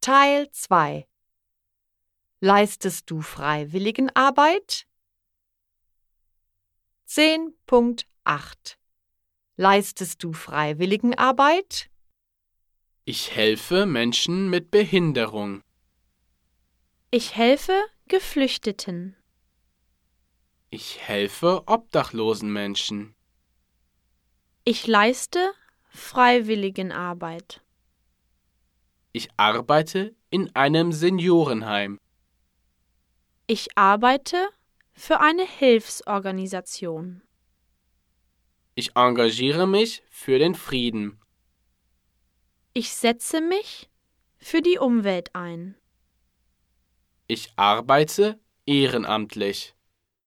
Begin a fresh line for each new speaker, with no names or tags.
Teil 2 Leistest du Freiwilligenarbeit? 10.8 Leistest du Freiwilligenarbeit?
Ich helfe Menschen mit Behinderung.
Ich helfe Geflüchteten.
Ich helfe obdachlosen Menschen.
Ich leiste Freiwilligenarbeit.
Ich arbeite in einem Seniorenheim.
Ich arbeite für eine Hilfsorganisation.
Ich engagiere mich für den Frieden.
Ich setze mich für die Umwelt ein.
Ich arbeite ehrenamtlich.